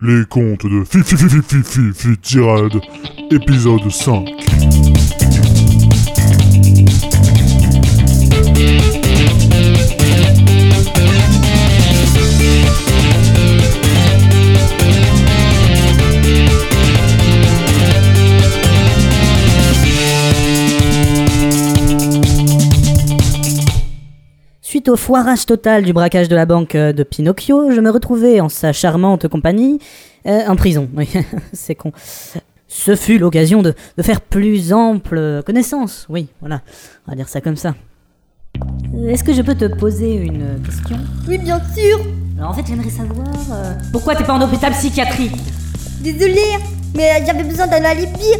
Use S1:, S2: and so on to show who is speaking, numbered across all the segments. S1: Les contes de Fifi Fifi Fifi Fifi Tirade, épisode 5.
S2: Suite au foirage total du braquage de la banque euh, de Pinocchio, je me retrouvais en sa charmante compagnie euh, en prison. Oui, c'est con. Ce fut l'occasion de, de faire plus ample connaissance. Oui, voilà, on va dire ça comme ça. Euh, Est-ce que je peux te poser une euh, question
S3: Oui, bien sûr.
S2: Alors en fait, j'aimerais savoir euh, pourquoi t'es pas en hôpital psychiatrique.
S3: Désolée, mais euh, j'avais besoin d'un alibi.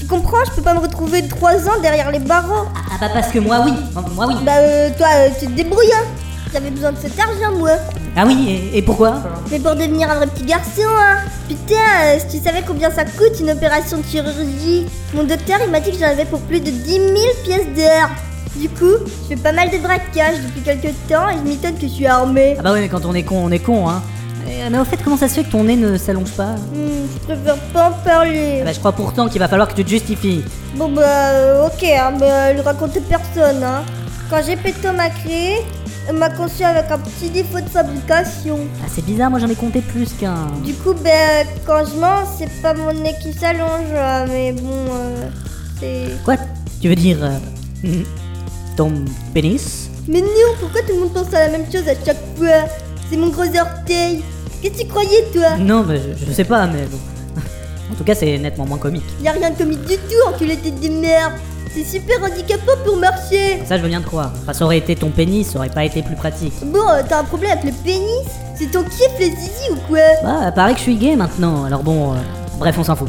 S3: Tu comprends, je peux pas me retrouver trois ans derrière les barreaux.
S2: Ah, ah, bah parce que moi oui, moi oui.
S3: Bah, euh, toi, euh, tu te débrouilles. hein. J'avais besoin de cet argent, moi.
S2: Ah oui, et, et pourquoi
S3: Mais pour devenir un vrai petit garçon, hein. Putain, euh, si tu savais combien ça coûte une opération de chirurgie. Mon docteur, il m'a dit que j'en avais pour plus de 10 000 pièces d'heure. Du coup, je fais pas mal de braquages depuis quelques temps et je m'étonne que je suis armée.
S2: Ah bah oui, mais quand on est con, on est con, hein. Eh, mais au fait, comment ça se fait que ton nez ne s'allonge pas
S3: Hmm, je préfère pas en parler.
S2: Ah bah je crois pourtant qu'il va falloir que tu te justifies.
S3: Bon bah euh, ok, hein, bah, le raconter personne. Hein. Quand j'ai pété ma créé, elle m'a conçu avec un petit défaut de fabrication.
S2: Ah, c'est bizarre, moi j'en ai compté plus qu'un.
S3: Du coup, ben, euh, quand je mens, c'est pas mon nez qui s'allonge, euh, mais bon, euh, c'est...
S2: Quoi Tu veux dire. euh, ton pénis
S3: Mais non, pourquoi tout le monde pense à la même chose à chaque fois C'est mon gros orteil. Qu'est-ce que tu croyais, toi
S2: Non, mais je, je sais pas, mais bon. En tout cas, c'est nettement moins comique.
S3: Y a rien de comique du tout, enculé de tête de merde. C'est super handicapant pour marcher.
S2: Ça, je veux bien te croire. Enfin, ça aurait été ton pénis, ça aurait pas été plus pratique.
S3: Bon, euh, t'as un problème avec le pénis C'est ton kiff, les zizi ou quoi
S2: Bah, paraît que je suis gay maintenant, alors bon. euh, bref, on s'en fout.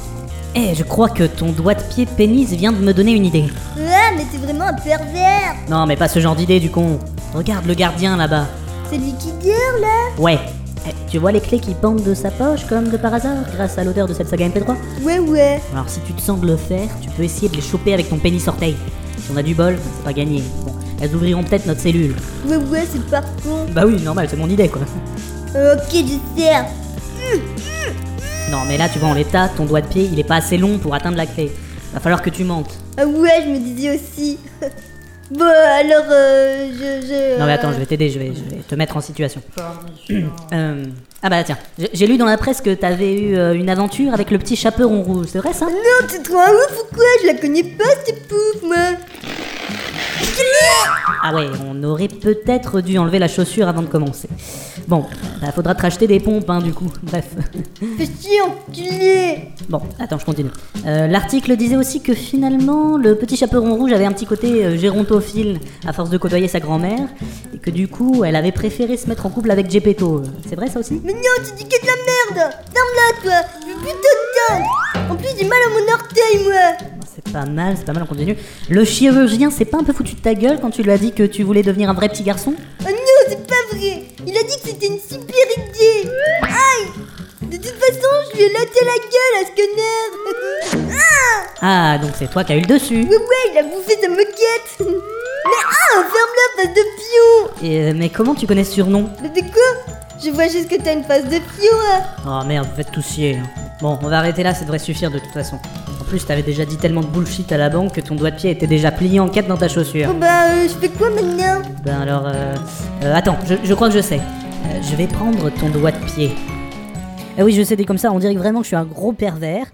S2: Eh, je crois que ton doigt de pied de pénis vient de me donner une idée.
S3: Ouais, mais t'es vraiment un pervers.
S2: Non, mais pas ce genre d'idée, du con. Regarde le gardien là-bas.
S3: C'est lui qui dure, là
S2: Ouais. Eh, Tu vois les clés qui pendent de sa poche comme de par hasard grâce à l'odeur de cette saga MP3
S3: Ouais, ouais.
S2: Alors si tu te sens de le faire, tu peux essayer de les choper avec ton pénis orteil. Si on a du bol, ben, c'est pas gagné. Bon, elles ouvriront peut-être notre cellule.
S3: Ouais, ouais, c'est pas con.
S2: Bah oui, normal, c'est mon idée quoi.
S3: Euh, ok, je sers.
S2: Non mais là, tu vois, en l'état, ton doigt de pied, il est pas assez long pour atteindre la clé. Va falloir que tu montes.
S3: Ah ouais, je me disais aussi. bon, alors, euh, je, je...
S2: Non mais attends, je vais t'aider, je vais, je vais te mettre en situation. Euh, ah bah tiens, j'ai- j'ai lu dans la presse que t'avais eu euh, une aventure avec le petit chaperon rouge, c'est vrai ça
S3: euh, Non, t'es trop un ouf ou quoi Je la connais pas, cette pouf, moi.
S2: Ah ouais, on aurait peut-être dû enlever la chaussure avant de commencer. Bon, bah faudra te racheter des pompes, hein, du coup. Bref.
S3: Fais chier, enculé.
S2: Bon, attends, je continue. Euh, L'article disait aussi que finalement, le petit chaperon rouge avait un petit côté euh, gérontophile, à force de côtoyer sa grand-mère, et que du coup, elle avait préféré se mettre en couple avec Gepetto. C'est vrai ça aussi
S3: Mais non, tu dis que de la merde. Ferme-la, toi. Je suis plutôt de dingue. En plus, j'ai mal à mon orteil, moi.
S2: C'est pas mal, c'est pas mal, on continue. Le chirurgien s'est pas un peu foutu de ta gueule quand tu lui as dit que tu voulais devenir un vrai petit garçon
S3: Oh non, c'est pas vrai. Il a dit que c'était une super idée. Aïe. De toute façon, je lui ai laté la gueule à ce connard. ah
S2: Ah, donc c'est toi qui as eu le dessus
S3: Ouais, ouais, il a bouffé sa moquette Mais ah, ferme-la, face de pion
S2: Et, euh, Mais comment tu connais ce surnom
S3: Mais t'es quoi Je vois juste que t'as une face de pion, hein
S2: Oh merde, vous faites tout scier. hein. Bon, on va arrêter là, ça devrait suffire de toute façon. En plus, t'avais déjà dit tellement de bullshit à la banque que ton doigt de pied était déjà plié en quatre dans ta chaussure.
S3: Bon bah, euh, je fais quoi maintenant
S2: Ben alors, euh, euh, attends, je, je crois que je sais. Euh, je vais prendre ton doigt de pied. Ah oui, je sais, dit comme ça, on dirait vraiment que je suis un gros pervers.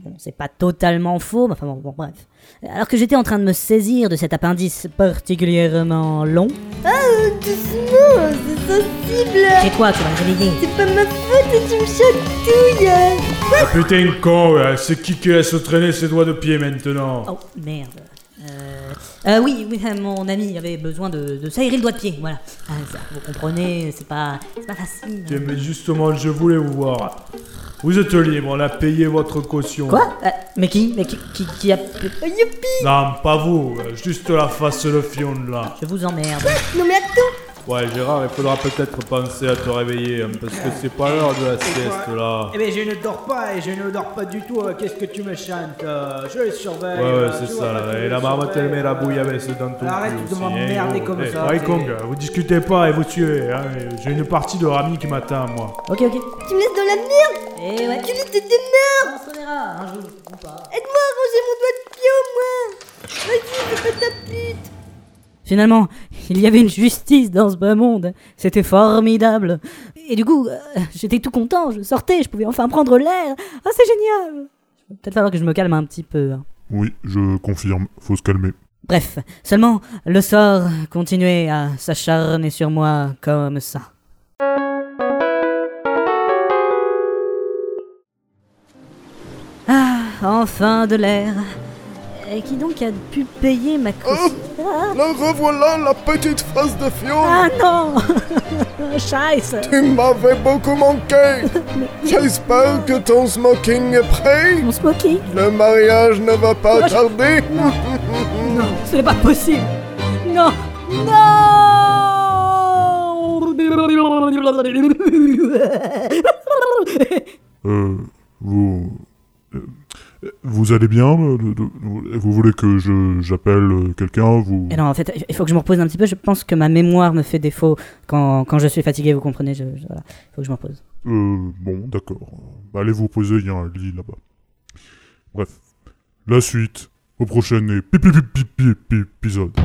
S2: Bon, c'est pas totalement faux, mais enfin bon, bon, bref. Alors que j'étais en train de me saisir de cet appendice particulièrement long,
S3: Ah, euh, doucement, c'est sensible
S2: et toi, tu vas me réveiller.
S3: C'est pas ma faute, tu me chatouilles hein.
S4: Ah, putain, de con, là. c'est qui qui laisse traîner ses doigts de pied maintenant
S2: Oh merde. Euh, euh, oui, oui, euh, mon ami avait besoin de, de s'aérer le doigt de pied, voilà. Ah, ça, vous comprenez, c'est pas, c'est pas facile.
S4: Tiens, Mais justement, je voulais vous voir. Vous êtes libre, on a payé votre caution.
S2: Quoi Euh, Mais qui Mais qui, qui, qui a...
S3: Oh, youpi
S4: Non, pas vous, juste la face de fion là.
S2: Je vous emmerde.
S3: Non mais attends,
S4: Ouais, Gérard, il faudra peut-être penser à te réveiller, hein, parce que c'est pas l'heure de la sieste là.
S5: Eh ben je ne dors pas et je ne dors pas du tout. euh, Qu'est-ce que tu me chantes euh, Je les surveille.
S4: Ouais,
S5: euh,
S4: ouais,
S5: tu
S4: c'est
S5: vois,
S4: ça.
S5: bah,
S4: là.
S5: tu
S4: Et
S5: les
S4: la marmotte, elle
S5: surveilles,
S4: met la
S5: euh,
S4: bouillabaisse dans ton
S5: Arrête
S4: cul
S5: de
S4: aussi,
S5: m'emmerder
S4: hein,
S5: comme
S4: Eh,
S5: ça,
S4: ouais,
S5: t'es-
S4: Kong, vous discutez pas et vous tuez. hein, et J'ai une partie de Rami qui m'attend, moi.
S2: Ok, ok.
S3: Tu me laisses dans la merde
S2: Et ouais.
S3: Tu laisses de merde
S2: On se verra un jour ou pas.
S3: Aide-moi à ranger mon doigt de pied au moins Vas-y, fais pas ta pute
S2: Finalement, il y avait une justice dans ce bas monde. C'était formidable. Et du coup, euh, j'étais tout content. Je sortais, je pouvais enfin prendre l'air. Ah, c'est génial. Peut-être falloir que je me calme un petit peu. hein.
S1: Oui, je confirme, faut se calmer.
S2: Bref, seulement le sort continuait à s'acharner sur moi comme ça. Ah, enfin de l'air. Et qui donc a pu payer ma caution
S6: La revoilà la petite face de Fion
S2: Ah non Scheiße
S6: Tu m'avais beaucoup manqué J'espère que ton smoking est prêt
S2: Mon smoking
S6: Le mariage ne va pas tarder
S2: Non, ce n'est pas possible Non Non
S1: Euh, vous. euh, Vous allez bien euh, le- le- le- Vous voulez que je j'appelle euh, quelqu'un Vous.
S2: Et non, en fait, il faut que je me repose un petit peu. Je pense que ma mémoire me fait défaut quand, quand je suis fatigué, vous comprenez. Je, je- voilà. Il faut que je me repose.
S1: Euh, bon, d'accord. Bah, allez vous poser, il y a un lit là-bas. Bref. La suite, au prochain et pipi pipi pipi épisode.